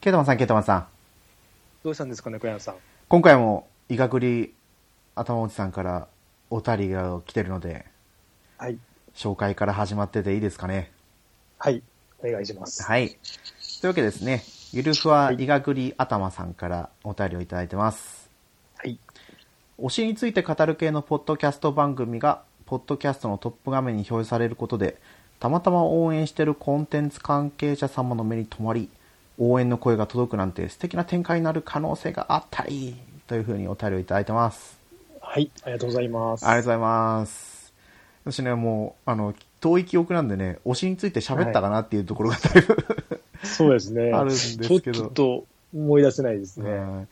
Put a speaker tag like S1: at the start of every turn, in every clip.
S1: ケイタマンさん、ケイタマンさん。
S2: どうしたんですかね、小山さん。
S1: 今回も、イカクリ頭おじさんからおたりが来てるので、
S2: はい。
S1: 紹介から始まってていいですかね。
S2: はい。お願いします。
S1: はい。というわけでですね、ゆるふわイガクリ頭さんからお便りをいただいてます。
S2: はい。
S1: 推しについて語る系のポッドキャスト番組が、ポッドキャストのトップ画面に表示されることで、たまたま応援しているコンテンツ関係者様の目に留まり、応援の声が届くなんて素敵な展開になる可能性があったり、というふうにお便りをいただいてます。
S2: はい。ありがとうございます。
S1: ありがとうございます。私ね、もう、あの、遠い記憶なんでね、推しについて喋ったかなっていうところがだいぶ、
S2: そうですね。
S1: あるんですけど
S2: ちょっと思い出せないですね。
S1: うん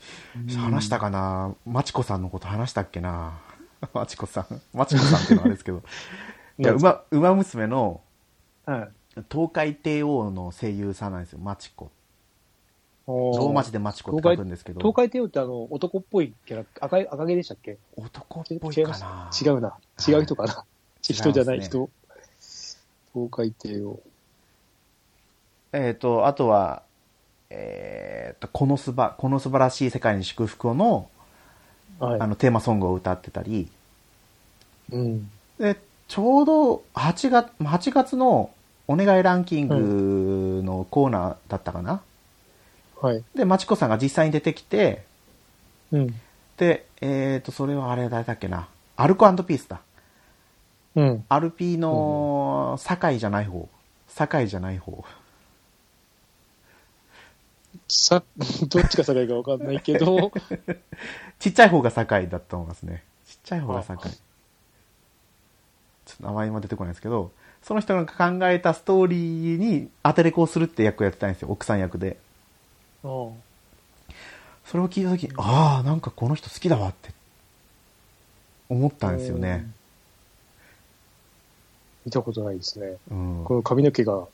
S1: 話したかなマチコさんのこと話したっけな マチコさん。マチコさんっていうのはあれです けど。いや、
S2: な
S1: う
S2: んですか
S1: ま、うま娘の
S2: はい。
S1: 東海帝王の声優さんなんですよ、マチコ。
S2: おー
S1: ローマ字でマチコって書くんですけど。
S2: 東海帝王ってあの、男っぽいキャラ、赤い、赤毛でしたっけ
S1: 男っ
S2: 違
S1: ぽい
S2: 違い
S1: か
S2: ます
S1: な
S2: 違うな。違う人かな。
S1: い
S2: 人じゃな
S1: 違い
S2: い
S1: ます
S2: 人。東海帝王。
S1: えっ、と、あとは、えっ、と、このすば、この素晴らしい世界に祝福をの、
S2: はい。
S1: あの、テーマソングを歌ってたり、
S2: うん。
S1: で、ちょうど8月、8月のお願いランキングのコーナーだったかな、
S2: はい。
S1: で、まちこさんが実際に出てきて、
S2: うん。
S1: で、えっ、と、それはあれ誰だっけな。アルコピースだ。
S2: うん。
S1: アルピーの、酒井じゃない方。酒井じゃない方。
S2: さ、 どっちが境かわかんない けど、
S1: ちっちゃい方が酒井だと思いますね。ちっちゃい方が酒井。ちょっと名前今出てこないですけど、その人が考えたストーリーに当てれこをするって役をやってたんですよ。奥さん役で。
S2: うん
S1: それを聞いた時に、ああ、なんかこの人好きだわって思ったんですよね。
S2: 見たことないですね。
S1: うん。
S2: この髪の毛が、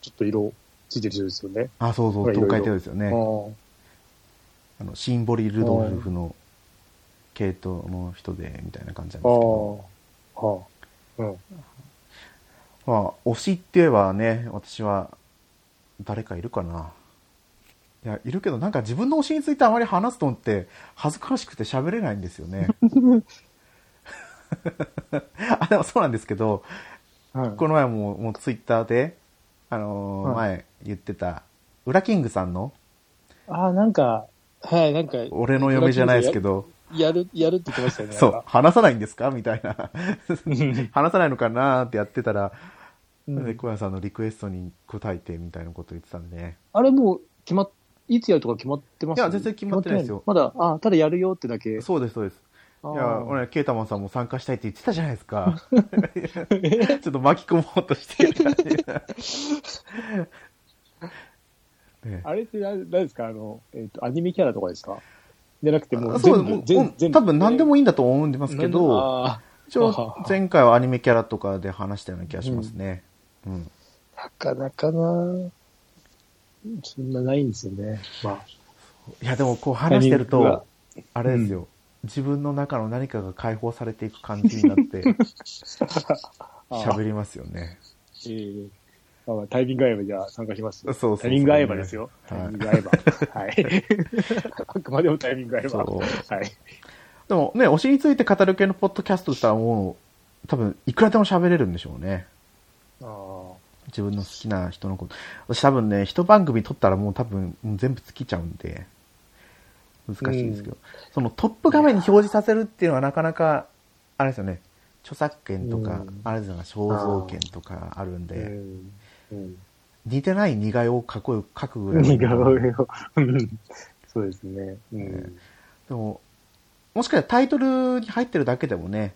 S2: ちょっと色ついてる人ですよね。
S1: あ、そうそう、
S2: これいろ
S1: 東海
S2: いろ
S1: 帝王ですよね。あ
S2: あ
S1: のシンボリ・ルドルフの系統の人でみたいな感じなんですけ
S2: あ。
S1: ど、
S2: ああ。はあ。うん。
S1: まあ、推しって言えばね私は誰かいるかないやいるけどなんか自分の推しについてあまり話すのって恥ずかしくて喋れないんですよ ねあでもそうなんですけど
S2: はい
S1: この前ももうツイッターで、あのー
S2: はい
S1: 前言ってたウラキングさんの
S2: ああ、なんか、はい、なんか、
S1: 「俺の嫁」じゃないですけど
S2: やる、やるって言ってましたよ ね。
S1: そう話さないんですかみたいな
S2: なんか。
S1: 話さないのかなーってやってたら
S2: うん
S1: で小屋さんのリクエストに答えてみたいなこと言ってたんでね
S2: あれもう、決まっ、いつやるとか決まってます
S1: いや全然決まってないですよ
S2: 決まってないまだ、ああ、ただやるよってだけ。
S1: そうですそうです
S2: ああ
S1: いや俺ケータマンさんも参加したいって言ってたじゃないです かちょっと巻き込もうとしてる感じね
S2: あれってな何ですかあの、えっ、と、アニメキャラとかですかじゃなくて、もう
S1: そう
S2: 全
S1: も
S2: 部
S1: う、もう
S2: 全
S1: 多分何でもいいんだと思うんですけど、
S2: あ
S1: 一応前回はアニメキャラとかで話したような気がしますね、うん、
S2: あなかなかな、そんなないんですよね。まあ、
S1: いやでもこう話してる
S2: タイミングが
S1: とあれですよ、自分の中の何かが解放されていく感じにな って喋りますよね。
S2: えーまあまあ、タイミング合えばじゃあ参加しますよ。
S1: そうそうそう
S2: タイミング合えばですよ。
S1: は
S2: タ
S1: い
S2: イミング合えば。はい。 あくまでもタイミング合えば。
S1: そう
S2: はい。
S1: でもね、推しについて語る系のポッドキャストしたらもう、多分、いくらでも喋れるんでしょうね。
S2: あー
S1: 自分の好きな人のこと。私多分ね、一番組撮ったらもう多分、もう全部尽きちゃうんで、難しいですけど。そのトップ画面に表示させるっていうのはなかなか、あれですよね、著作権とか、
S2: うん
S1: あれですよね、肖像権とかあるんで、
S2: うん。
S1: 似てない似顔絵を書く、書くぐ
S2: う
S1: ら
S2: ん。
S1: い。
S2: 似顔絵を。うんそうですね。うん。
S1: でも、もしかしたらタイトルに入ってるだけでもね、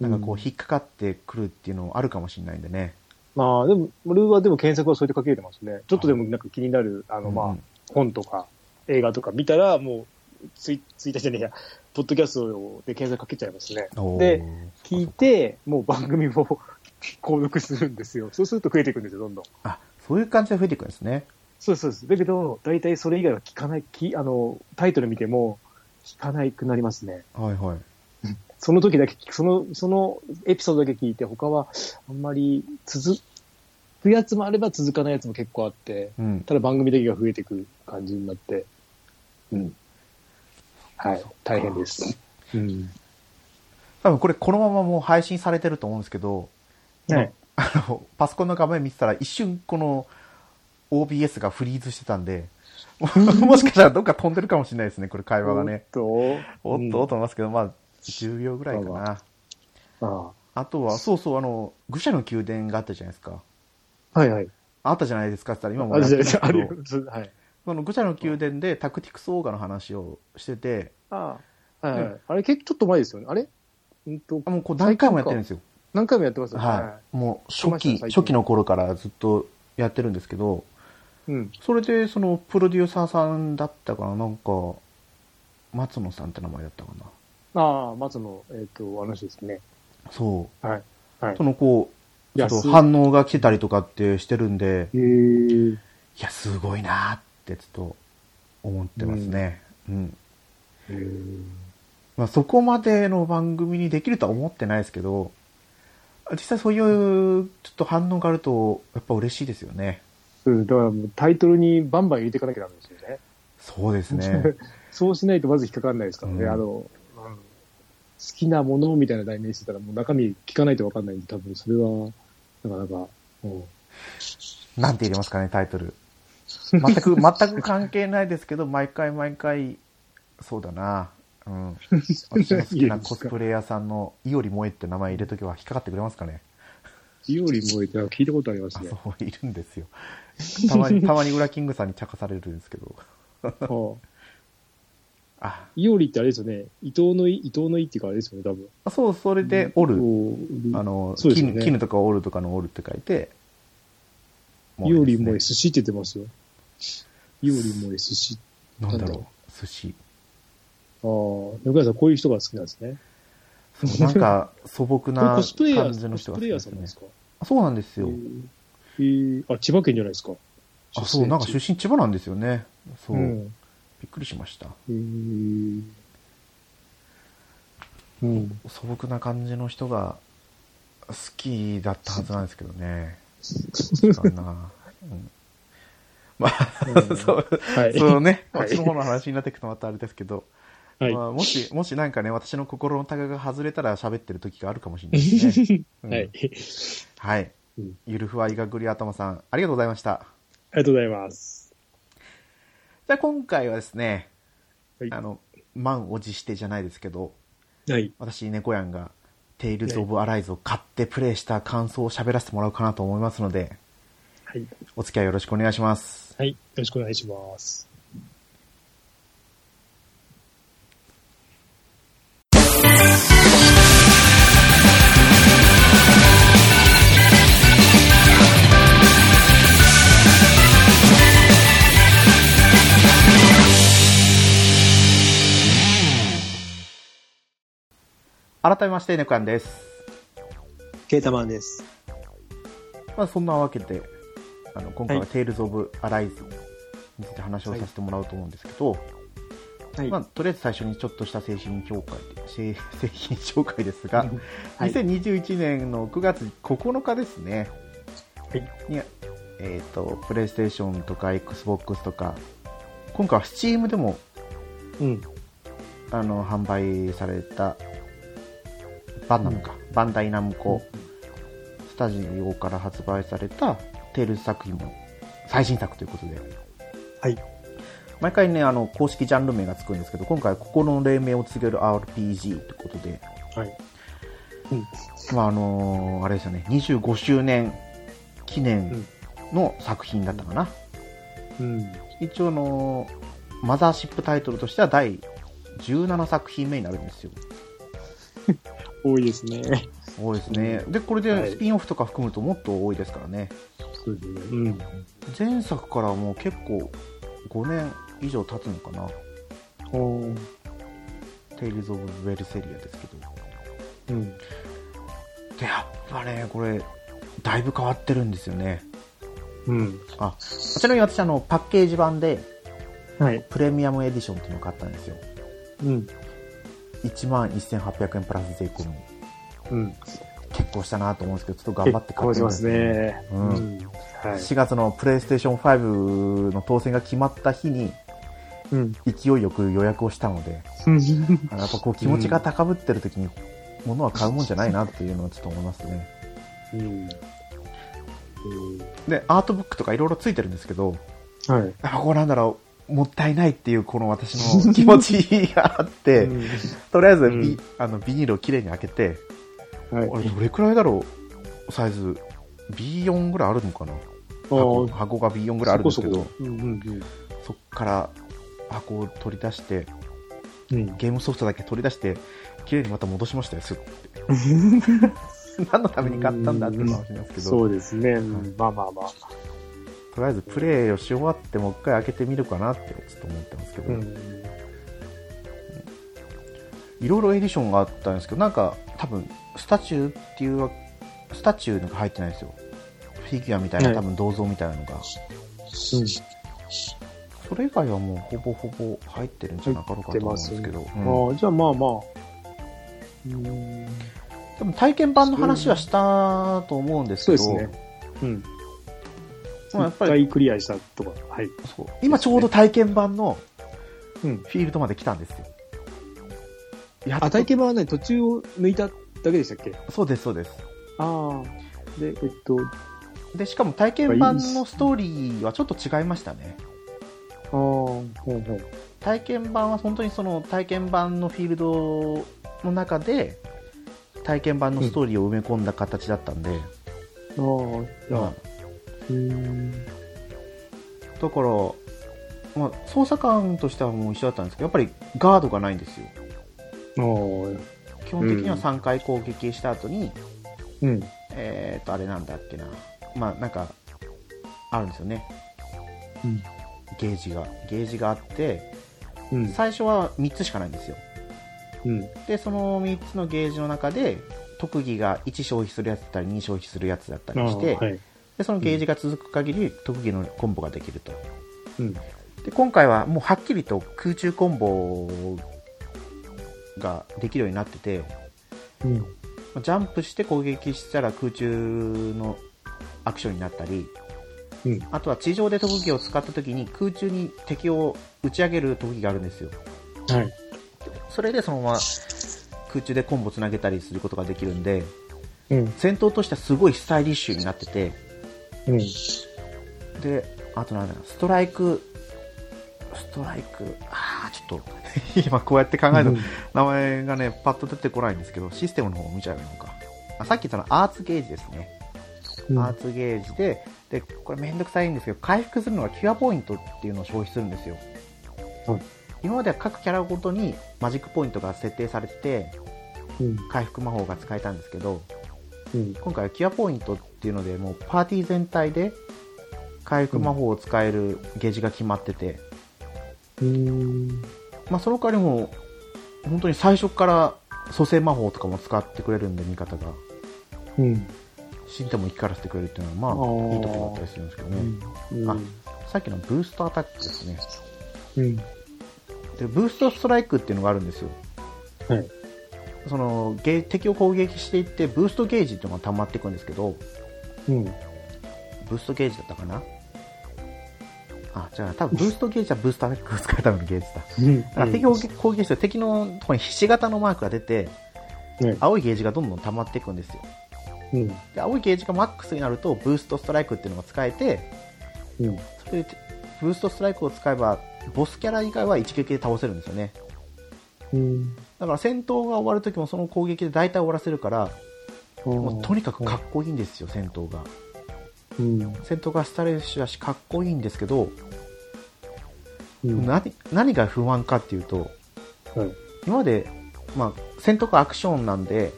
S1: なんかこう
S2: うん
S1: 引っかかってくるっていうのもあるかもしれないんでね。
S2: まあ、でも、俺はでも検索はそれでかけてますね。ちょっとでもなんか気になる、あの、まあ、
S1: うん
S2: 本とか映画とか見たら、もうツイ、ツイッターじゃねえや、ポッドキャストで検索かけちゃいますね。
S1: おー
S2: で、聞いて、もう番組も 購読するんですよ。そうすると増えていくんですよ、どんどん。
S1: あ、そういう感じで増えていくんですね。
S2: そうですそうです。だけど、大体それ以外は聞かない、きあの、タイトル見ても、聞かないくなりますね。
S1: はいはい。
S2: その時だけ聞く、その、そのエピソードだけ聞いて、他はあんまり続、くやつもあれば続かないやつも結構あって、
S1: うん。
S2: ただ番組だけが増えていく感じになって、うん。はい、大変です。うん。
S1: 多分これこのままもう配信されてると思うんですけど、
S2: ね、
S1: あのパソコンの画面見てたら一瞬この OBS がフリーズしてたん で、ももしかしたらどっか飛んでるかもしれないですね、これ会話がね。
S2: おっと、
S1: おっと、
S2: う
S1: お
S2: ん
S1: っと思いますけど、まあ、10秒ぐらいか
S2: まあ
S1: な。
S2: あ
S1: あとは、そうそう、あの、愚者の宮殿があったじゃないですか。
S2: あはいはい。
S1: あったじゃないですかって言ったら今も
S2: あ
S1: や
S2: る
S1: っ
S2: じ
S1: て
S2: ゃない
S1: る
S2: で
S1: んですす
S2: か。あ
S1: けど
S2: るよ。そうはい。
S1: その愚者の宮殿でタクティクスオーガの話をしてて、
S2: ああ、はい、
S1: う
S2: はい。あれ、結構ちょっと前ですよね。あれうんと
S1: あ、もうこう何回もやってるんですよ。
S2: 何回もやってますよね。
S1: はい。もう
S2: や
S1: 初
S2: ってまし
S1: 期、
S2: たね
S1: 初期の頃からずっとやってるんですけど、
S2: い。うん。
S1: それで、その、プロデューサーさんだったかな、なんか、松野さんって名前だったかな。
S2: ああ、松の、えっ、と、話ですね。
S1: そ
S2: はい。は
S1: う。
S2: い
S1: と。の、こう、ちょっと
S2: 安い
S1: 反応が来てたりとかってしてるんで、
S2: えー、
S1: いや、すごいなーって、ちょっと、思ってますね。うん。
S2: えー、
S1: まあ、そこまでの番組にできるとは思ってないですけど、実際そういう、ちょっと反応があると、やっぱ嬉しいですよね。
S2: うん、だからもうタイトルにバンバン入れていかなきゃダメですよね。
S1: そうです ね。
S2: そうしないとまず引っかかんないですからね。
S1: うん
S2: あの、うん好きなものみたいな題名してたらもう中身聞かないとわかんないんで、多分それは、なかなか、うん
S1: なんて入れますかね、タイトル。全 く、全く関係ないですけど、毎回毎回、そうだな。うん。私の好きなコスプレイヤーさんの、いおり萌えって名前入れとけば引っかかってくれますかね。
S2: ジオリもえて聞いたことあります
S1: あ、
S2: ね。
S1: そう、いるんですよ。たま に、たまに裏キングさんに茶化されるんですけど。
S2: うん
S1: あ、
S2: イオリってあれですよね。伊藤のい、伊藤のいっていうかあれですよね、多分。
S1: そう、それで、おる。
S2: る
S1: あの、
S2: そうですよ
S1: 絹、
S2: ね
S1: 絹とかおるとかのおるって書いて、
S2: イオリ
S1: 萌
S2: も
S1: え
S2: え
S1: です
S2: 寿司って言ってますよ。イオリもえ寿司。
S1: ねなんだ
S2: なん
S1: ろ
S2: だろ
S1: う、寿司。
S2: ああ、中川さん、こういう人が好きなんですね。
S1: そうなんか、素朴
S2: これ
S1: な
S2: コスプレイヤー、
S1: 感じの
S2: コ
S1: 人
S2: ス
S1: が好
S2: プ
S1: き
S2: レイヤー
S1: で
S2: さ
S1: す
S2: んなん
S1: ね
S2: です。か
S1: あそうなんですよ。
S2: えーえーあ、千葉県じゃないですか。
S1: あ、そう、なんか出
S2: 出
S1: 身千葉なんですよね。そう。
S2: うん。
S1: びっくりしました。
S2: えーうん。
S1: 素朴な感じの人が好きだったはずなんですけどね。違うな。うん、まあ、 そう、
S2: はい。
S1: そうね、
S2: は
S1: こっ
S2: い
S1: ちの方の話になっていくとまたあれですけど、
S2: はい。
S1: ま
S2: は
S1: あ、もし、もしなんかね、私の心のタガが外れたら喋ってる時があるかもしれないですね。うん
S2: い。。
S1: はい
S2: うん。
S1: ゆるふわいがぐりあたまさん、ありがとうございました。
S2: ありがとうございます。
S1: じゃあ今回はですね、
S2: はい
S1: あの、満を持してじゃないですけど、
S2: はい。
S1: 私、猫やんが、テイルズ・オブ・アライズを買ってプレイした感想を喋らせてもらおうかなと思いますので、
S2: はい。
S1: お付き合いよろしくお願いします。
S2: はい。よろしくお願いします。
S1: 改めまして、猫やんです。
S2: ケータマンです。
S1: まあ、そんなわけで、あの今回はテイルズ・オブ・アライズについて話を
S2: はい
S1: させてもらおうと思うんですけど、
S2: はい。
S1: まあ、とりあえず最初にちょっとした製品紹介で、製 製品紹介ですが、
S2: はい
S1: 2021年の9月9日ですね、
S2: はい
S1: にえー、とプレイステーションとか XBOX とか今回は Steam でも
S2: うん。
S1: あの販売されたバンナムか、バンダイナムコスタジオから発売されたテールズ作品の最新作ということで
S2: はい。
S1: 毎回ねあの公式ジャンル名がつくんですけど今回は心の黎明を告げる RPG ということで
S2: はい。うん。
S1: まああのあれですよね25周年記念の作品だったかな、
S2: うん。
S1: 一応あのマザーシップタイトルとしては第17作品目になるんですよ
S2: 多いですね。
S1: 多いですねでこれ
S2: は
S1: で
S2: い
S1: スピンオフとか含むともっと多いですからね
S2: そうですね。うん。
S1: 前作からもう結構5年以上経つのかな
S2: おー
S1: 「テイルズ・オブ・ベルセリア」ですけど
S2: うん。
S1: でやっぱねこれだいぶ変わってるんですよね
S2: うん。
S1: あちなみに私あのパッケージ版で
S2: はい。
S1: プレミアムエディションっていうのを買ったんですよ
S2: うん。
S1: 1万1800円プラス税込み
S2: うん。
S1: 結構したなと思うんですけどちょっと頑張って買って
S2: 結構しますね。
S1: うん
S2: うんはい。
S1: 4月のプレイステーション5の当選が決まった日に
S2: うん。
S1: 勢いよく予約をしたので、あのやっぱこう気持ちが高ぶってる時に物は買うもんじゃないなっていうのはちょっと思いますね。
S2: うん。
S1: で、アートブックとかいろいろついてるんですけど、
S2: はい。
S1: あ、こうなんだろう、もったいないっていうこの私 の気持ちがあって、とりあえずビ、
S2: うん
S1: あのビニールをきれいに開けて、
S2: はい。
S1: あれどれくらいだろう、サイズ、B4 ぐらいあるのかな箱
S2: あ
S1: 箱が B4
S2: あ、
S1: ぐらいあるんですけど、
S2: そこそこうんうん
S1: そっから箱を取り出して、
S2: うん。うん。
S1: ゲームソフトだけ取り出して、綺麗にまた戻しましたよ、す ぐ。何のために買ったんだっていうのはありますけど、
S2: そ
S1: と
S2: うですね。うんまあまあまあ。
S1: りあえずプレイをし終わって、もう一回開けてみるかなってちょっと思ってますけ
S2: う
S1: ど、
S2: ん。
S1: いろいろエディションがあったんですけど、なんか多分、スタチューっていうわ、スタチューなんか入ってないんですよ。フィギュアみたいな、
S2: はい
S1: 多分銅像みたいなのが。それ以外はもうほぼほぼ入ってるんじゃなかろうかと思うんですけど、うん
S2: ああ、じゃあまあまあ。うん
S1: でも体験版の話はしたと思うんです
S2: そう
S1: け
S2: で
S1: ど、
S2: すね。うん。
S1: まあ、やっぱり
S2: 一回クリアしたとか。はい。
S1: そう今ちょうど体験版の
S2: うん。
S1: フィールドまで来たんですよ。やっと
S2: あ、体験版はね、途中を抜いただけでしたっけ
S1: そうです、そうです。
S2: ああ。で、えっと、
S1: で、しかも体験版のストーリーはちょっと違いましたね。
S2: ああ、ほうほう。
S1: 体験版は本当にその体験版のフィールドの中で、体験版のストーリーを埋め込んだ形だったんで、
S2: ああ、
S1: ま
S2: あうん。
S1: あだから、まあ、操作感としてはもう一緒だったんですけど、やっぱりガードがないんですよ。
S2: ああ、
S1: 基本的には
S2: うん
S1: 3回攻撃した後に、
S2: うん。
S1: えー、っと、あれなんだっけな。まあ、なんか、あるんですよね。
S2: うん
S1: ゲージが。ゲージがあって、
S2: うん。
S1: 最初は3つしかないんですよ。
S2: うん。
S1: で、その3つのゲージの中で、特技が1消費するやつだったり、2消費するやつだったりして、
S2: はい。
S1: で、そのゲージが続く限り、特技のコンボができると。
S2: うん。
S1: で、今回はもうはっきりと空中コンボができるようになってて、
S2: うん。
S1: ジャンプして攻撃したら空中のアクションになったり、
S2: うん
S1: あとは地上で特技を使った時に空中に敵を打ち上げる特技があるんですよ。
S2: はい。
S1: それでそのまま空中でコンボつなげたりすることができるんで、
S2: うん。
S1: 戦闘としてはすごいスタイリッシュになってて、
S2: うん。
S1: で、あとなんだろうストライク、ストライク、あー、ちょっと、 今こうやって考えると、名前がね、パッと出てこないんですけど、システムの方を見ちゃうのか。あさっき言ったのはアーツゲージですね。アーツゲージで、で、これめんどくさいんですけど、回復するのがキュアポイントっていうのを消費するんですよ。
S2: はい
S1: 今までは各キャラごとにマジックポイントが設定されてて、
S2: うん。
S1: 回復魔法が使えたんですけど、
S2: うん。
S1: 今回はキュアポイントっていうので、もうパーティー全体で回復魔法を使えるゲージが決まってて、
S2: うん。
S1: まあその代わりも、本当に最初から蘇生魔法とかも使ってくれるんで、味方が。
S2: うん。
S1: 死んでも生き返らせてくれるっていうのは、
S2: あ
S1: まあ、
S2: ー
S1: いいところだったりするんですけどね。
S2: うん。
S1: さっきのブーストアタックですね。
S2: うん。
S1: でブーストストライクっていうのがあるんですよ、
S2: はい
S1: そのゲ敵を攻撃していってブーストゲージっていうのが溜まっていくんですけど
S2: うん。
S1: ブーストゲージだったかなあじゃあ多分ブーストゲージはブーストアタックを使うためのゲージだ
S2: うん。
S1: だから敵を攻撃攻撃して敵のところにひし形のマークが出て
S2: ね。
S1: 青いゲージがどんどん溜まっていくんですよ
S2: うん。
S1: で青いゲージがマックスになるとブーストストライクっていうのが使えて
S2: うん。
S1: それでブーストストライクを使えばボスキャラ以外は一撃で倒せるんですよね
S2: うん。
S1: だから戦闘が終わるときもその攻撃で大体終わらせるから、もうとにかくかっこいいんですよ、戦闘が。
S2: うん。
S1: 戦闘がスタイリッシュだし、かっこいいんですけど、
S2: うん。
S1: 何何が不安かっていうと、
S2: はい。
S1: 今まで、まあ、戦闘がアクションなんで、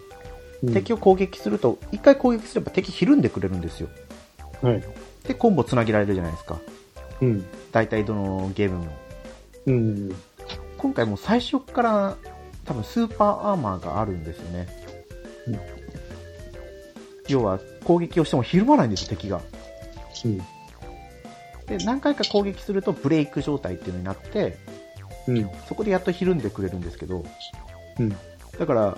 S1: 敵を攻撃すると、一回攻撃すれば敵ひるんでくれるんですよ。
S2: はい。
S1: で、コンボつなげられるじゃないですか。
S2: うん。
S1: 大体どのゲームも。
S2: うん。
S1: 今回もう最初から多分スーパーアーマーがあるんですよね、
S2: うん
S1: 要は攻撃をしてもひるまないんですよ敵が
S2: うん。
S1: で何回か攻撃するとブレイク状態っていうのになって
S2: うん。
S1: そこでやっとひるんでくれるんですけど
S2: うん。
S1: だから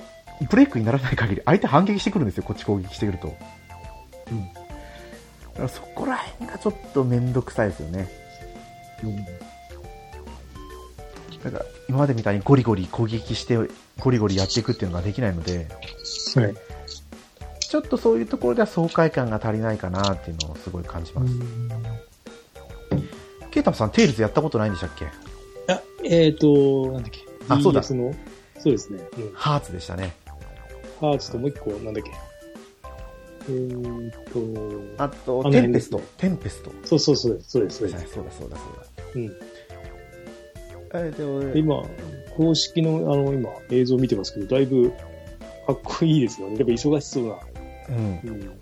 S1: ブレイクにならない限り相手反撃してくるんですよこっち攻撃してくると、だからそこら辺がちょっと面倒くさいですよね
S2: うん
S1: だから今までみたいにゴリゴリ攻撃してゴリゴリやっていくっていうのができないので
S2: はい。
S1: ちょっとそういうところでは爽快感が足りないかなっていうのをすごい感じます、ケイタマさんテイルズやったことないんでしたっけ
S2: あ、えっ、と、なんだっけ。
S1: あそうだ
S2: DS のそうですね。うん
S1: ハーツでしたね
S2: ハーツともう一個、なんだっけ。えーっと、
S1: あと
S2: あの
S1: テンペス
S2: あ
S1: ト
S2: の
S1: テンペスト
S2: そうそうそうです、そうです、
S1: そう
S2: そ
S1: うだ
S2: です。
S1: そうだそうだ
S2: うん、
S1: えー
S2: で
S1: でも
S2: 今、公式の、あの、今、映像見てますけど、だいぶ、かっこいいですよね。やっぱ忙しそうな。
S1: うん
S2: うん。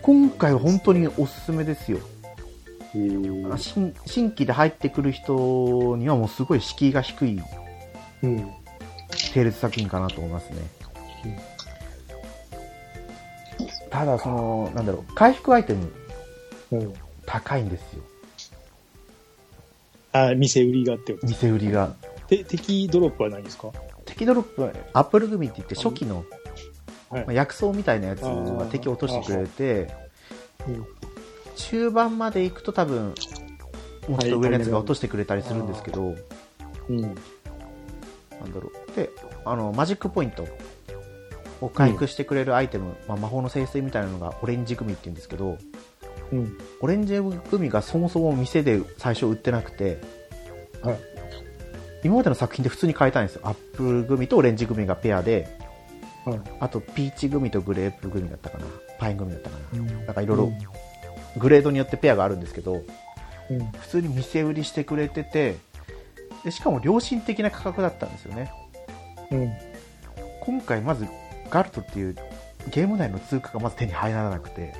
S1: 今回は本当におすすめですよ
S2: えー
S1: 新新規で入ってくる人にはもうすごい敷居が低い
S2: うん。
S1: 系列作品かなと思いますね、ただそのなんだろう回復アイテム
S2: うん。
S1: 高いんですよ
S2: あ、店売りがあってこと
S1: 店売りが
S2: て敵ドロップはないんですか
S1: 敵ドロップはアップル組って言って初期の、
S2: はい
S1: まあ薬草みたいなやつが敵を落としてくれて
S2: うん。
S1: 中盤まで行くと多分もっと上のやつが落としてくれたりするんですけど、
S2: うん。
S1: なんだろう。で、あの、マジックポイントを回復してくれるアイテム、まあ、魔法の聖水みたいなのがオレンジグミって言うんですけど、
S2: うん。
S1: オレンジグミがそもそも店で最初売ってなくて、
S2: はい
S1: 今までの作品で普通に買えたんですよ。アップルグミとオレンジグミがペアで、
S2: はい。
S1: あとピーチグミとグレープグミだったかな、パイングミだったかな。
S2: なん
S1: かいろいろグレードによってペアがあるんですけど、
S2: うん。
S1: 普通に店売りしてくれてて、でしかも良心的な価格だったんですよね。
S2: うん。
S1: 今回まずガルトっていうゲーム内の通貨がまず手に入らなくて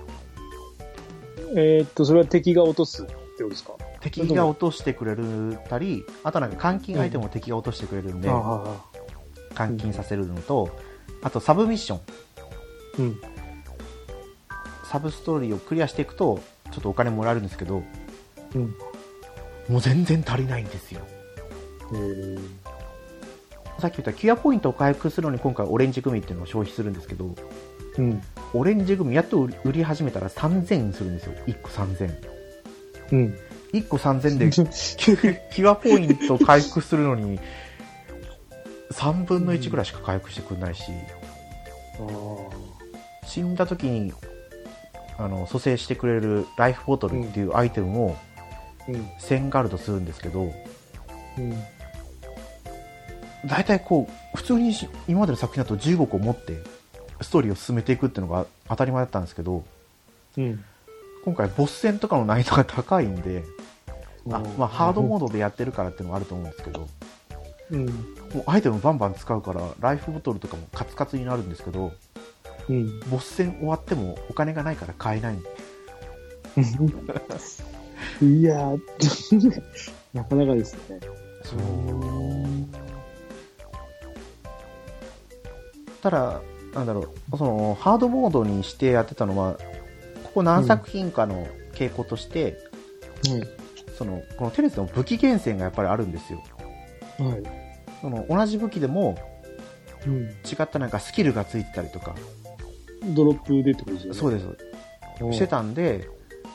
S2: えーっと、それは敵が落とすってことですか
S1: 敵が落としてくれるたりあとなんか監禁アイテムを敵が落としてくれるんで、
S2: ああ。
S1: 監禁させるのとあとサブミッション
S2: うん。
S1: サブストーリーをクリアしていくとちょっとお金もらえるんですけど
S2: うん。
S1: もう全然足りないんですよ
S2: えー、
S1: さっき言ったキュアポイントを回復するのに今回オレンジグミっていうのを消費するんですけど
S2: うん。
S1: オレンジグミやっと売り売り始めたら3000するんですよ1個3000
S2: うん。
S1: 1個3000でキュキュアポイント回復するのに3分の1ぐらいしか回復してくれないし
S2: あ
S1: 死んだ時にあの蘇生してくれるライフボトルっていうアイテムを
S2: あ。うん。
S1: 1000ガルドするんですけど
S2: うん。
S1: 大体こう普通にし今までの作品だと15個持ってストーリーを進めていくっていうのが当たり前だったんですけど
S2: うん。
S1: 今回ボス戦とかの難易度が高いんであ、まあ、ハードモードでやってるからっていうのもあると思うんですけど
S2: うん。
S1: もうアイテムバンバン使うからライフボトルとかもカツカツになるんですけど
S2: うん。
S1: ボス戦終わってもお金がないから買えない
S2: いやー、 なかなかですね。
S1: そうただなんだろうそのハードモードにしてやってたのはここ何作品かの傾向として、そのこのテレスの武器厳選がやっぱりあるんですよ
S2: はい。はい。
S1: その同じ武器でも
S2: う
S1: 違ったなんかスキルがついてたりとか
S2: ん。ドロップでってことですよね。
S1: そう
S2: で
S1: ですして。たんで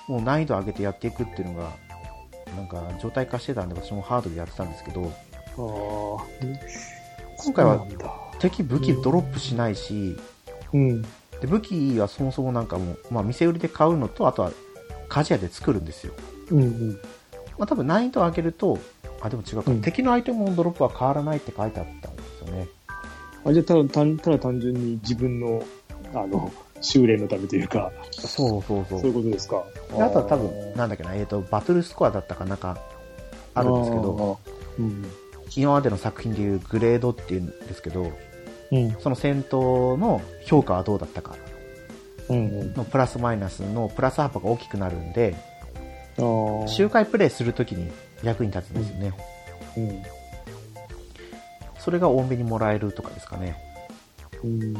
S1: もう難易度上げてやっていくっていうのがなんか状態化してたんで私もハードでやってたんですけど
S2: ああ。今
S1: 今回は
S2: なんだ。
S1: 敵武器ドロップしないし、
S2: うん。
S1: で武器はそもそもなんかもう、まあ、店売りで買うのとあとは鍛冶屋で作るんですよ、
S2: うんうん。
S1: まあ、多分難易度を上げるとあでも違うか、
S2: うん
S1: 敵のアイテムのドロップは変わらないって書いてあったんですよね
S2: あ、じゃあただ単、ただ単純に自分の、あの、修練のためというか、
S1: そうそうそ
S2: そうういうことですか。
S1: であとは多分なんだっけな、えー、とバトルスコアだったかなんかあるんですけど
S2: あー。うん。
S1: 今までの作品でいうグレードっていうんですけど
S2: うん。
S1: その戦闘の評価はどうだったか
S2: うんうん。
S1: のプラスマイナスのプラス幅が大きくなるんで
S2: あー
S1: 周回プレイするときに役に立つんですよね、
S2: うん。
S1: それが多めにもらえるとかですかね
S2: うん。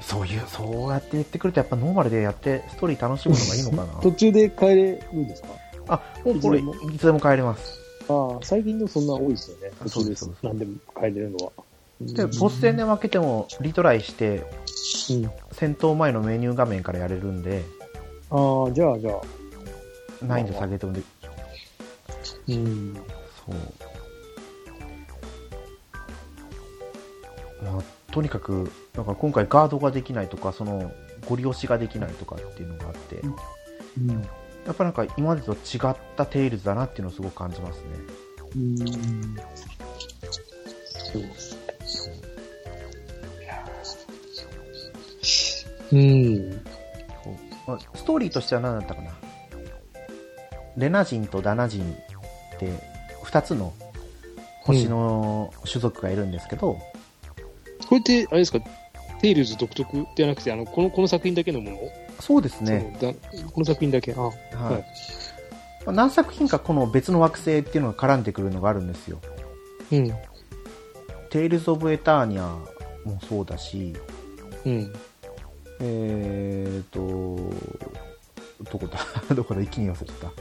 S1: そういう、そうやって言ってくると、やっぱノーマルでやって、ストーリー楽しむのがいいの か
S2: 途
S1: な。
S2: 中で帰れるんですか
S1: あ、もうこれ、
S2: いつでも
S1: いつでも帰れます。
S2: ああ、最近のそんな多いですよね。
S1: そうですそうです
S2: 何でも変えれるのは。う
S1: でボス戦で負けてもリトライして
S2: うん。あ
S1: 戦闘前のメニュー画面からやれるんで
S2: あ、じゃあ、じゃあ。
S1: 難易度下げてもで
S2: うん。
S1: そうまあとにかくだから今回ガードができないとかそのゴリ押しができないとかっていうのがあって
S2: うんうん。
S1: やっぱなんか今までと違ったテイルズだなっていうのをすごく感じますね
S2: うん。そうですうん。
S1: そうまあストーリーとしては何だったかなレナ人とダナ人って2つの星の種族がいるんですけど、
S2: これって、あれですか、テイルズ独特ではなくて、あの、この、この作品だけのもの
S1: そうですね、
S2: そのだこの作品だけ。あ、は
S1: はい
S2: は
S1: ま
S2: い
S1: あ何作品かこの別の惑星っていうのが絡んでくるのがあるんですよ
S2: い。うん。
S1: テイルズ・オブ・エターニアもそうだし、
S2: うん。
S1: えーと、どこだ、 どこだ、一気に忘れてた。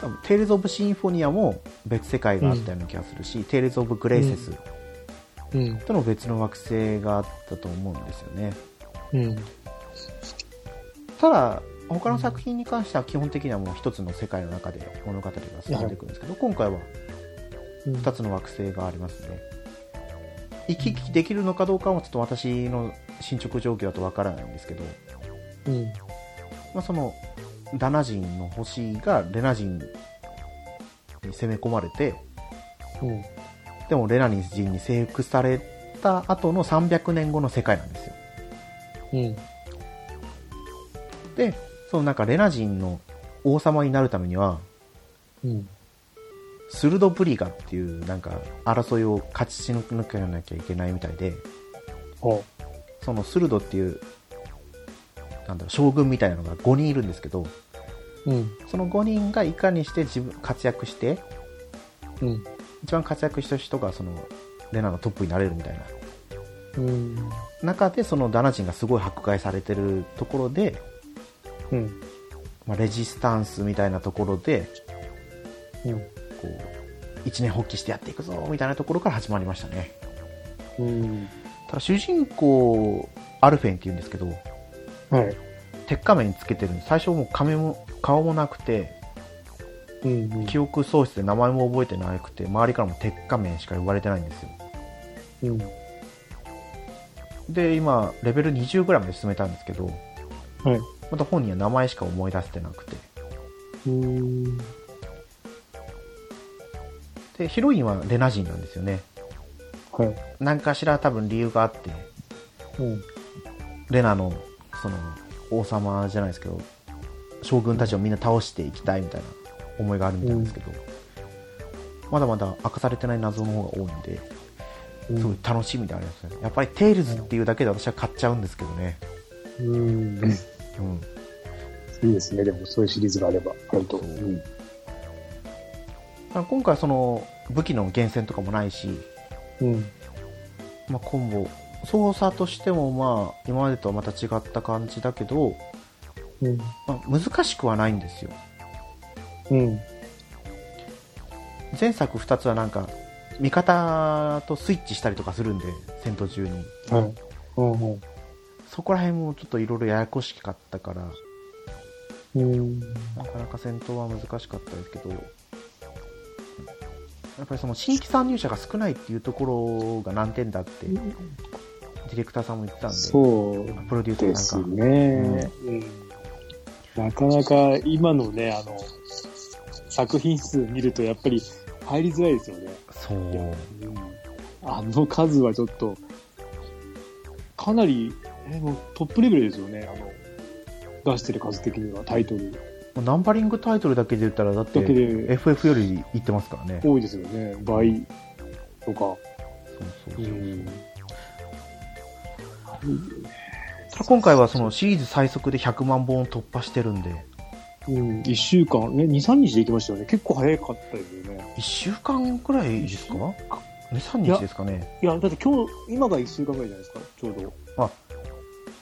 S1: 多分テイルズ・オブ・シンフォニアも別世界があったような気がするし、テイルズ・オブ・グレイセス
S2: うん。
S1: との別の惑星があったと思うんですよね。
S2: うん。
S1: ただ、他の作品に関しては基本的にはもう一つの世界の中で物語が進んでいくんですけど、今回は2つの惑星がありますね。行き来できるのかどうかはちょっと私の進捗状況だとわからないんですけど、
S2: うん。
S1: まあ、そのダナ人の星がレナ人に攻め込まれて
S2: うん。
S1: でもレナ人に征服された後の300年後の世界なんですよ
S2: うん。
S1: でそのなんかレナ人の王様になるためには
S2: うん。
S1: スルドブリガっていうなんか争いを勝ち抜かなきゃいけないみたいで
S2: は
S1: そのスルドっていうなんだろう将軍みたいなのが5人いるんですけど
S2: うん。
S1: その5人がいかにして自分活躍して
S2: うん。
S1: 一番活躍した人がそのレナのトップになれるみたいな
S2: うん。
S1: 中でそのダナ人がすごい迫害されてるところで、
S2: うん。
S1: まあ、レジスタンスみたいなところでこう一年発起してやっていくぞみたいなところから始まりましたね
S2: うん。
S1: ただ主人公アルフェンっていうんですけど
S2: はい。
S1: 鉄仮面つけてるんで最初もう仮面も顔もなくて
S2: うん。うん
S1: 記憶喪失で名前も覚えてなくて周りからも鉄仮面しか呼ばれてないんですよ
S2: うん。
S1: で今レベル20ぐらいまで進めたんですけど
S2: はい。
S1: また本人は名前しか思い出せてなくて
S2: うん。
S1: でヒロインはレナ人なんですよね
S2: はい。
S1: 何かしら多分理由があって
S2: うん。
S1: レナのその王様じゃないですけど将軍たちをみんな倒していきたいみたいな思いがあるみたいですけど、まだまだ明かされてない謎の方が多いんで
S2: うん
S1: すごい楽しみでありますねやっぱり「テイルズ」っていうだけで私は買っちゃうんですけどね、
S2: うん。
S1: うん、
S2: いいですね、でもそういうシリーズがあれば、あると。うん。
S1: まあ今回はその武器の厳選とかもないし、
S2: うん。
S1: まあ、コンボ操作としてもまあ今までとはまた違った感じだけど、
S2: うん。
S1: まあ難しくはないんですよ
S2: うん。
S1: 前作2つはなんか味方とスイッチしたりとかするんで戦闘中に
S2: はい。うん。
S1: そこら辺もちょっといろいろややこしかったから
S2: うん。
S1: なかなか戦闘は難しかったですけどやっぱりその新規参入者が少ないっていうところが難点だってディレクターさんも言ってたんで
S2: そう
S1: プロデュー
S2: で
S1: サ
S2: す
S1: ーなんか
S2: ね。うん。なかなか今のね、あの、作品数見るとやっぱり入りづらいですよね。
S1: そう
S2: うんあの数はちょっと、かなり、えもうトップレベルですよね、あの、出してる数的には、タイトル。
S1: もうナンバリングタイトルだけで言ったらだっ
S2: だけ
S1: て
S2: で
S1: FF よりいってますからね
S2: 多いですよね、倍とか。
S1: そうそう
S2: う。
S1: そうんただ今回はそのシリーズ最速で100万本を突破してるんで
S2: うん、1週間、ね、2、3日で行きましたよね。結構早かったですよね。
S1: 1週間くらいですか23
S2: いや
S1: 日ですかね
S2: いや、だって今日、今が1週間ぐらいじゃないですか、ちょうど。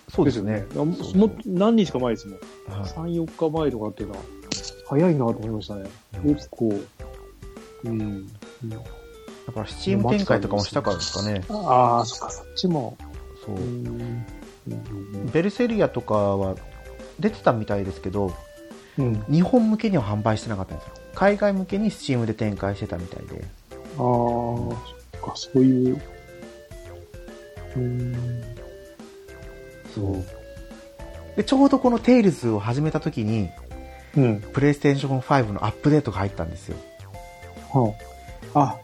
S1: そうですね
S2: よね
S1: そうそう
S2: もう何日か前ですもん。
S1: はい
S2: 3、4日前とかっていうのは、早いなと思いましたね。
S1: うん
S2: 結構、うん。
S1: だから、スチーム展開とかもしたからですかね。
S2: ああ、そっか、そっちも。
S1: そうう。
S2: ん。
S1: ベルセリアとかは出てたみたいですけど、
S2: うん。
S1: 日本向けには販売してなかったんですよ。海外向けにスチームで展開してたみたいで。
S2: ああ、そっか、そういう。うん。
S1: そう。で、ちょうどこのテイルズを始めた時に、
S2: うん。
S1: プレイステーション5のアップデートが入ったんですよ。
S2: はあ。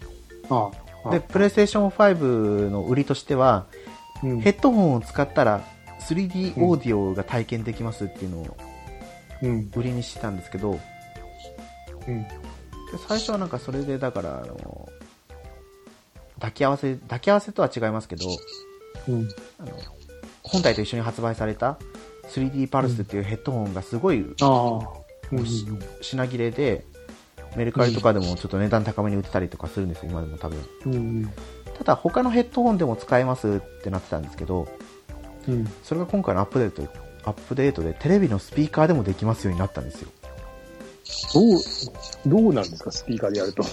S2: あ、あ、
S1: で、プレイステーション5の売りとしては、
S2: うん、
S1: ヘッドホンを使ったら 3D オーディオが体験できますっていうのを
S2: うん、
S1: 売りにしてたんですけど、で
S2: うん。
S1: 最初はなんかそれでだから、あの、抱き合わせ、抱き合わせとは違いますけど、
S2: うん。
S1: あの本体と一緒に発売された 3D パルスっていうヘッドホンがすごい
S2: ああ。うん。
S1: 品切れで、メルカリとかでもちょっと値段高めに売ってたりとかするんですよ、今でも多分。
S2: うん。
S1: ただ他のヘッドホンでも使えますってなってたんですけど、
S2: うん。
S1: それが今回のアップデート、アップデートでテレビのスピーカーでもできますようになったんですよ。
S2: どう、どうなんですか、スピーカーでやると。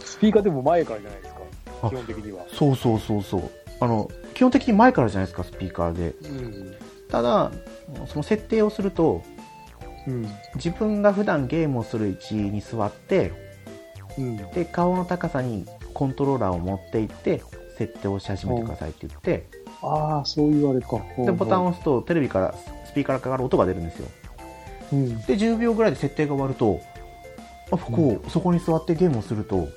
S2: スピーカーでも前からじゃないですか、
S1: あ
S2: 基本的には。
S1: そうそうそうそう。あの、基本的に前からじゃないですか、スピーカーで。
S2: うん。
S1: ただ、その設定をすると、
S2: うん。
S1: 自分が普段ゲームをする位置に座って、
S2: うん。
S1: で、顔の高さにコントローラーを持っていって、設定をし始めてくださいって言って、
S2: ああ、そういうあれか。
S1: で、ボタンを押すとテレビから、スピーカーからかかる音が出るんですよ。
S2: うん。
S1: で、10秒ぐらいで設定が終わると、あこう、そこに座ってゲームをすると、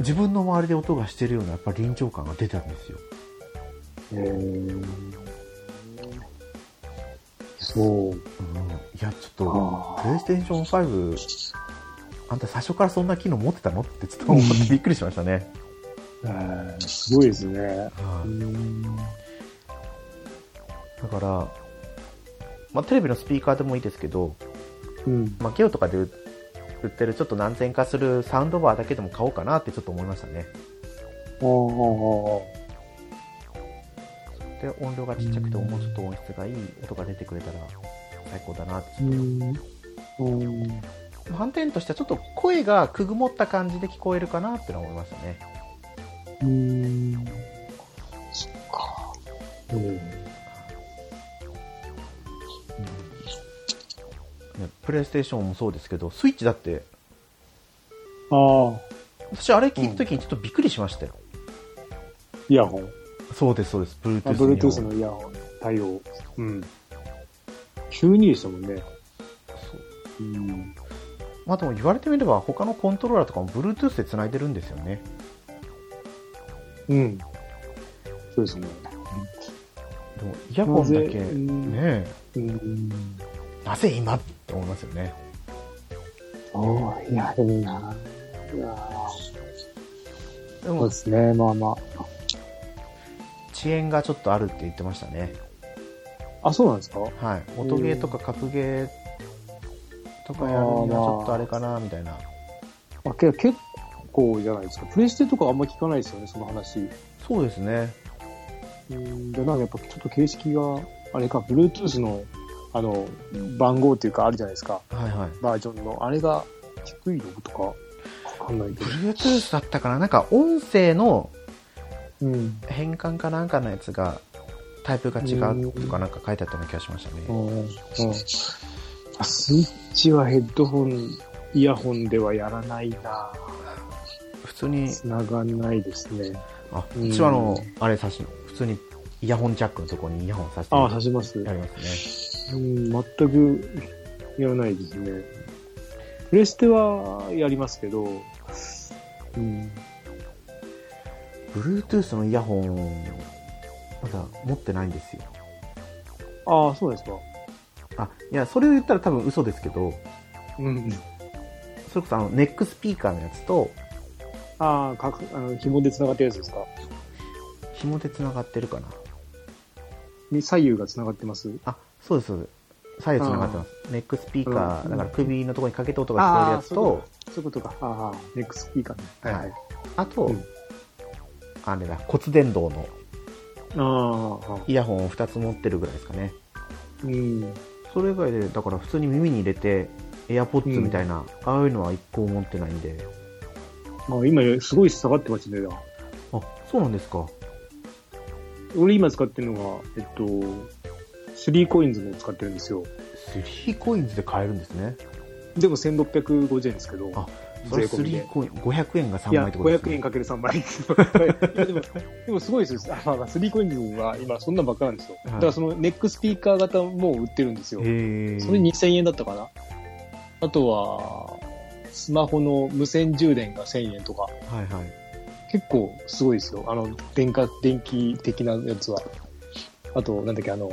S1: 自分の周りで音がしてるような、やっぱり臨場感が出たんですよ。
S2: えー、そう。
S1: うん、いや、ちょっと、
S2: あ
S1: プレイステーション5あんた最初からそんな機能持ってたのってちょっと思ってびっくりしましたね、
S2: えー、すごいですね。
S1: は
S2: う
S1: い
S2: ん。
S1: だから、まあ、テレビのスピーカーでもいいですけど、
S2: うん。
S1: まあ、ゲオとかで売売ってるちょっと何千かするサウンドバーだけでも買おうかなってちょっと思いましたね
S2: あー
S1: で音量がちっちゃくてもうちょっと音質がいい音が出てくれたら最高だなって
S2: あー、うん。うん。
S1: 反転としてはちょっと声がくぐもった感じで聞こえるかなってのは思いましたね
S2: うーん。そっか。うん。
S1: ねプレイステーションもそうですけどスイッチだって
S2: ああ、
S1: 私あれ聞いた時にちょっとびっくりしましたよ、
S2: イヤホン。
S1: そうです、そうです。
S2: あ
S1: Bluetooth に
S2: Bluetooth のイヤホン対応。うん。急にでしたもんね。
S1: そう
S2: うん。
S1: まあでも言われてみれば、他のコントローラーとかも Bluetooth で繋いでるんですよね。
S2: うん。そうですね。
S1: でも、イヤホンだけ、
S2: なぜうん
S1: ね
S2: うん。
S1: えなぜ今って思いますよね。
S2: おーいや、でもな。いや
S1: で
S2: そう
S1: も
S2: で、すね、まあま
S1: 遅延がちょっとあるって言ってましたね。
S2: あ。あ、そうなんですか
S1: はい。音ゲーとか格ゲーとかやるにはちょっとあれかな、みたいな。
S2: あけ結構じゃないですか。プレステとかあんま聞かないですよね、その話。
S1: そうですね。
S2: うん、で、なんかやっぱちょっと形式が、あれか、Bluetooth の、あの、番号っていうかあるじゃないですか、
S1: はいはい。
S2: バージョンの。あれが低いのとか、わかんないけど。
S1: Bluetooth だったかななんか音声の
S2: うん。
S1: 変換かなんかのやつが、タイプが違うとかなんか書いてあったような気がしました
S2: う
S1: ね。
S2: ん。うん。あスイッチはヘッドホン、イヤホンではやらないな
S1: 普通に
S2: 繋がんないですね。
S1: あ、
S2: うん
S1: うちはあの、あれ差し、普通にイヤホンジャックのとこにイヤホン差して
S2: ああ、
S1: や
S2: 刺します。
S1: りますね。
S2: うん、全くやらないですね。プレステはやりますけど、うん、
S1: Bluetooth のイヤホン、まだ持ってないんですよ。
S2: ああ、そうですか。
S1: あ、いや、それを言ったら多分嘘ですけど、
S2: うん。
S1: それこそあの、ネックスピーカーのやつと、
S2: ああ、かく、あの、紐で繋がってるやつですか。
S1: 紐で繋がってるかな。
S2: に左右が繋がってます。
S1: あ、そうです、そうです。左右繋がってます。ネックスピーカ
S2: う
S1: ー、
S2: ん
S1: だから首のとこにかけて音が聞こえる
S2: あ
S1: や
S2: あ、
S1: つ
S2: そう
S1: と、
S2: いうことか。ああ、ネックスピーカーね。
S1: はい
S2: はい。
S1: あと、
S2: うん
S1: あれだ、骨伝導の
S2: ああああ、
S1: イヤホンを2つ持ってるぐらいですかね。
S2: うん。
S1: それ以外でだから普通に耳に入れて AirPods みたいな、ああいうのは一個も持ってないんで
S2: まあ、今、すごい下がってますね。だから
S1: あ、そうなんですか。
S2: 俺今使ってるのが、えっと、3コインズの使ってるんですよ。
S1: 3コインズで買えるんですね。
S2: でも1650円ですけど。
S1: あそれ
S2: 税込みで
S1: 3コイン、500円が3
S2: いや、
S1: 枚ってことです
S2: 500円
S1: ね。
S2: かける3倍。 いやでも、でもすごいですよ。あまあまあ、3コインズは今そんなんばっかなんですよ。
S1: はい
S2: だからそのネックスピーカー型も売ってるんですよ。
S1: へえ。
S2: それ2000円だったかな。あとは、スマホの無線充電が1000円とか。
S1: はいはい。
S2: 結構すごいですよ。あの、電化、電気的なやつは。あと、なんだっけ、あの、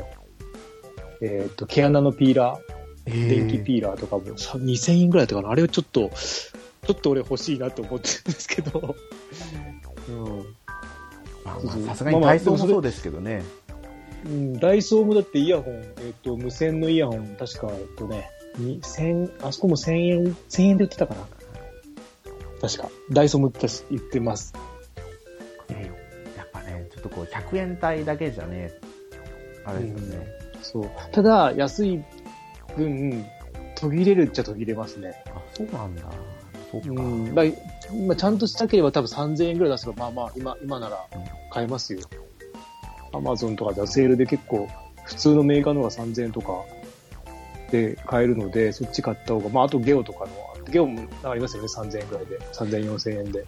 S2: えっ、と、毛穴のピーラー、電気
S1: ー
S2: ピーラーとかもさ2000円ぐらいだったかな。あれをちょっと、ちょっと俺欲しいなと思ってるんですけど。うん
S1: まあ
S2: そう
S1: ま
S2: そう
S1: あさすがに体操もそうですけどね。
S2: うん。ダイソーもだってイヤホン、えっ、と、無線のイヤホン、確か、えっとね、2000、あそこも1000円、1000円で売ってたかな。確か。ダイソーも売ってたし売ってます。
S1: やっぱね、ちょっとこう、100円帯だけじゃね、あれですよね。
S2: そう。ただ、安い分、途切れるっちゃ途切れますね。
S1: あ、そうなんだ。そうか。
S2: うん。だいまあ、ちゃんとしたければ多分3000円ぐらい出せば、まあまあ、今、今なら買えますよ。アマゾンとかでセールで結構、普通のメーカーの方が3000円とかで買えるので、そっち買った方が、まあ、あとゲオとかの、ゲオもありますよね、3000円ぐらいで。3000、4000円で。
S1: い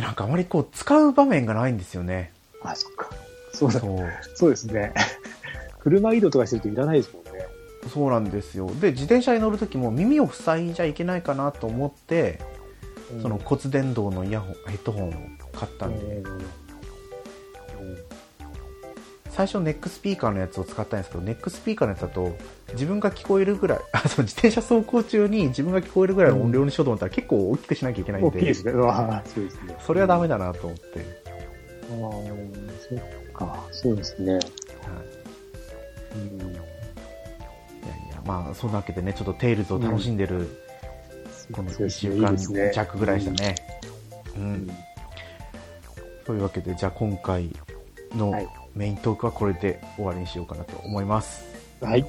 S1: やなんかあまりこう、使う場面がないんですよね。
S2: あ、そっか。そうだ
S1: そ、う。
S2: そうですね。 車移動とかしてるといらないですもんね。
S1: そうなんですよ。で、自転車に乗るときも耳を塞いじゃいけないかなと思って、
S2: うん
S1: その骨伝導のイヤホン、ヘッドホンを買ったんで、
S2: うん
S1: 最初ネックスピーカーのやつを使ったんですけど、ネックスピーカーのやつだと、自分が聞こえるぐらい、 あ、そう、自転車走行中に自分が聞こえるぐらいの音量にしようと思ったら結構大きくしなきゃいけないん
S2: 大
S1: で、
S2: きいですね。うわーそうですね。
S1: それはダメだなと思って、
S2: ああ、そっか、そうですね。
S1: はい
S2: うん、
S1: いやいや、まあ、そんなわけでね、ちょっとテイルズを楽しんでる、この
S2: そう
S1: 1
S2: です
S1: 週
S2: ねいい
S1: 間
S2: ですね
S1: 弱ぐらいでしたね。うん。というわけで、じゃあ今回の
S2: はい
S1: メイントークはこれで終わりにしようかなと思います。
S2: はい。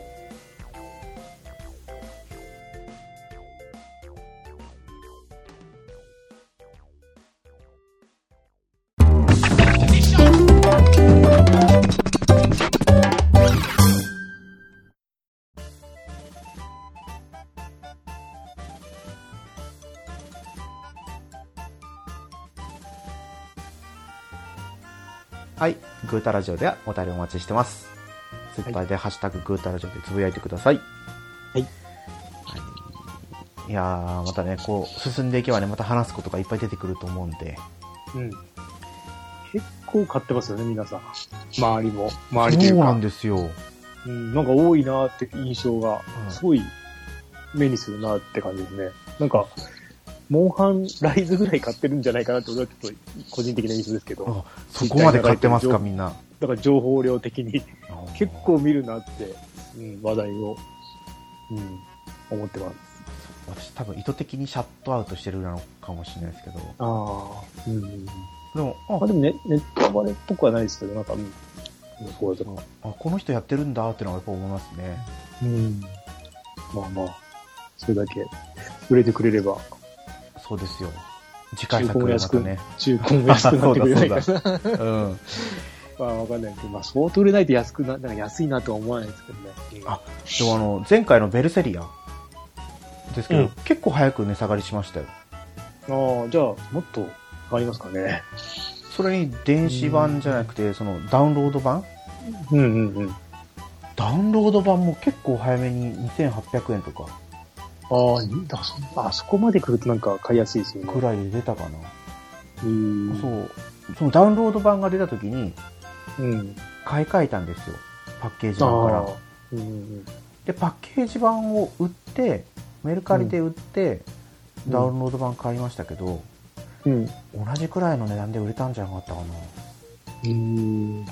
S1: はい、グータラジオではお便りお待ちしてます。ツイッターで、ハッシュタググータラジオでつぶやいてください。
S2: はい
S1: はい。いやー、またね、こう、進んでいけばね、また話すことがいっぱい出てくると思うんで、
S2: うん。結構買ってますよね、皆さん。周りも。周りとい
S1: そう
S2: う
S1: な
S2: か
S1: ん。ですよ。
S2: うん、なんか多いなーって印象が
S1: う、ん
S2: すごい目にするなーって感じですね。なんか、モンハンライズぐらい買ってるんじゃないかなって、俺はちょっと個人的な印象ですけど、
S1: あそこまで買ってますか、みんな。
S2: だから情報量的に 結
S1: 構
S2: 構見るなって、うん、話題を、うん、思ってます。
S1: 私多分意図的にシャットアウトしてるなのかもしれないですけど
S2: ああ、うん。
S1: でも
S2: まあでもね、ネットバレっぽくはないですけど、なんか、うん。こうとか。
S1: ああこの人やってるんだってのはやっぱ思いますね
S2: うん。まあまあ、それだけ売れてくれれば、
S1: そうですよ次回作でまたね、
S2: 中古も安くなってくれ ないかな。
S1: うん、
S2: まあわかんないけど、まあ相当売れないと安くな、なんか安いなとは思わないですけどね。
S1: あでもあの前回のベルセリアですけど、
S2: うん
S1: 結構早く値下がりしましたよ
S2: ああ、じゃあ、もっと上がりますかね。
S1: それに電子版じゃなくてそのダウンロード版
S2: うんうんうん。あ
S1: ダウンロード版も結構早めに2800円とか
S2: あにだそ、あそこまで来るとなんか買いやすいですよ
S1: く
S2: ね。
S1: らいで出たかな、
S2: うん。
S1: そうそのダウンロード版が出た時に
S2: うん。
S1: 買い替えたんですよパッケージ
S2: あ
S1: 版から
S2: あ。うんうん
S1: でパッケージ版を売ってメルカリで売って、
S2: うん
S1: ダウンロード版買いましたけど、
S2: うん。うん。
S1: 同じくらいの値段で売れたんじゃなかったかな
S2: うん。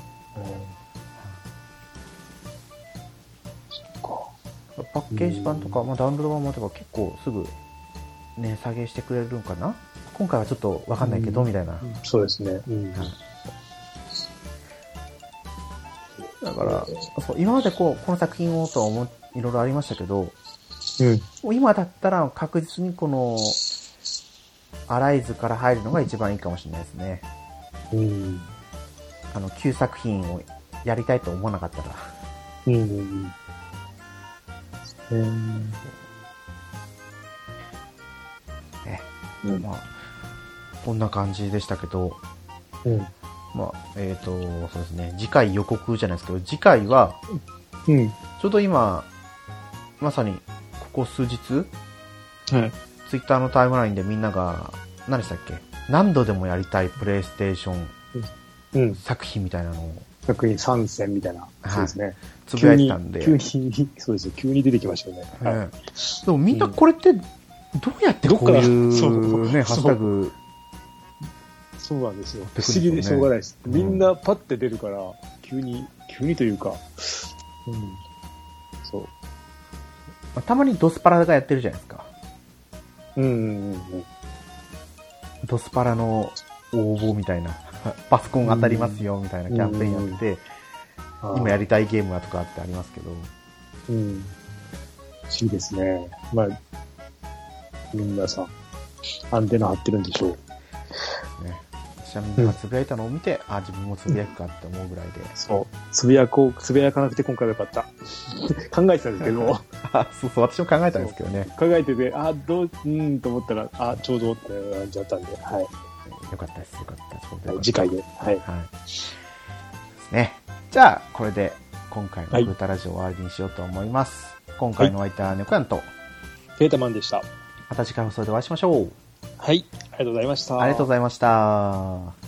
S2: そっか。
S1: パッケージ版とか、まあ、ダウンロード版もとか結構すぐ値下げしてくれるんかな今回はちょっと分かんないけど、
S2: うん
S1: みたいな
S2: そうですね。うん
S1: だからそう今までこうこの作品をとは思いろいろありましたけど
S2: うん。
S1: もう今だったら確実にこのアライズから入るのが一番いいかもしれないですね。
S2: うん。
S1: あの、旧作品をやりたいと思わなかったら。
S2: うんうんうん。
S1: ね
S2: う
S1: まあ、こんな感じでしたけど、
S2: ん。
S1: まあ、えっ、と、そうですね、次回予告じゃないですけど、次回は、
S2: うん。
S1: ちょうど今、まさに、ここ数日、
S2: はい。
S1: ツイッターのタイムラインでみんなが、何でしたっけ何度でもやりたいプレイステーション
S2: うん。
S1: 作品みたいなのを
S2: 逆に参戦みたいな。そうですね。
S1: つぶやいてたんで、
S2: 急に、急に、そうですね。急に出てきましたよね。はい。
S1: うんでもみんなこれってどうやってこうい
S2: どっから
S1: う
S2: そう
S1: ね、ハッシュタグ、
S2: そうなんですよ。
S1: て
S2: 不
S1: くるんですよね
S2: 思議でしょうがないです。
S1: うん
S2: みんなパッて出るから、急に、急にというか、うん。そ
S1: まあたまにドスパラがやってるじゃないですか。
S2: う。うんうんうん
S1: ドスパラの応募みたいな、パソコン当たりますよみたいなキャンペーンやってて、
S2: うん。
S1: 今やりたいゲームはとかってありますけど、
S2: うん。不思議ですね。まあ、みんなさん、アンテナ張ってるんでしょう。
S1: ね、私はみんながつぶやいたのを見て、あ、自分もつぶやくかって思うぐらいで。
S2: そう。つぶやこう、つぶやかなくて今回はよかった。 考えてたんですけ ど、
S1: あそうそう、私も考えたんですけどね。
S2: 考えてて、あ、どう、うーんと思ったら、あ、ちょうどって感じだったんで、はい。
S1: よかったです、よかったです。これでよか
S2: はい
S1: った
S2: 次回で。は
S1: はい。
S2: い。
S1: ですね。じゃあ、これで今回のグータラジオを終わりにしようと思います。今回のお相手はネコヤンと、
S2: ペータマンでした。
S1: また次回放送でお会いしましょう。
S2: はい。ありがとうございました。
S1: ありがとうございました。